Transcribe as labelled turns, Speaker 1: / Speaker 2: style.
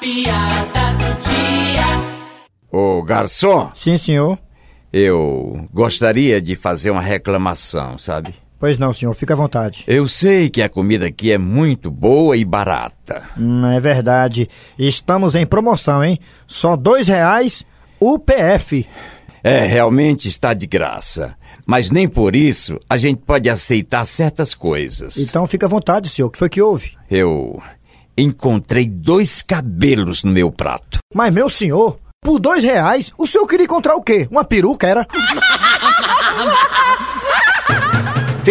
Speaker 1: piada do dia.
Speaker 2: Ô garçom,
Speaker 3: Sim, senhor.
Speaker 2: eu gostaria de fazer uma reclamação, sabe?
Speaker 3: Pois não, senhor. Fica à vontade.
Speaker 2: Eu sei que a comida aqui é muito boa e barata.
Speaker 3: Hum, é verdade. Estamos em promoção, hein? Só dois reais UPF.
Speaker 2: É, realmente está de graça. Mas nem por isso a gente pode aceitar certas coisas.
Speaker 3: Então fica à vontade, senhor. O que foi que houve?
Speaker 2: Eu encontrei dois cabelos no meu prato.
Speaker 3: Mas, meu senhor, por dois reais, o senhor queria encontrar o quê? Uma peruca, era?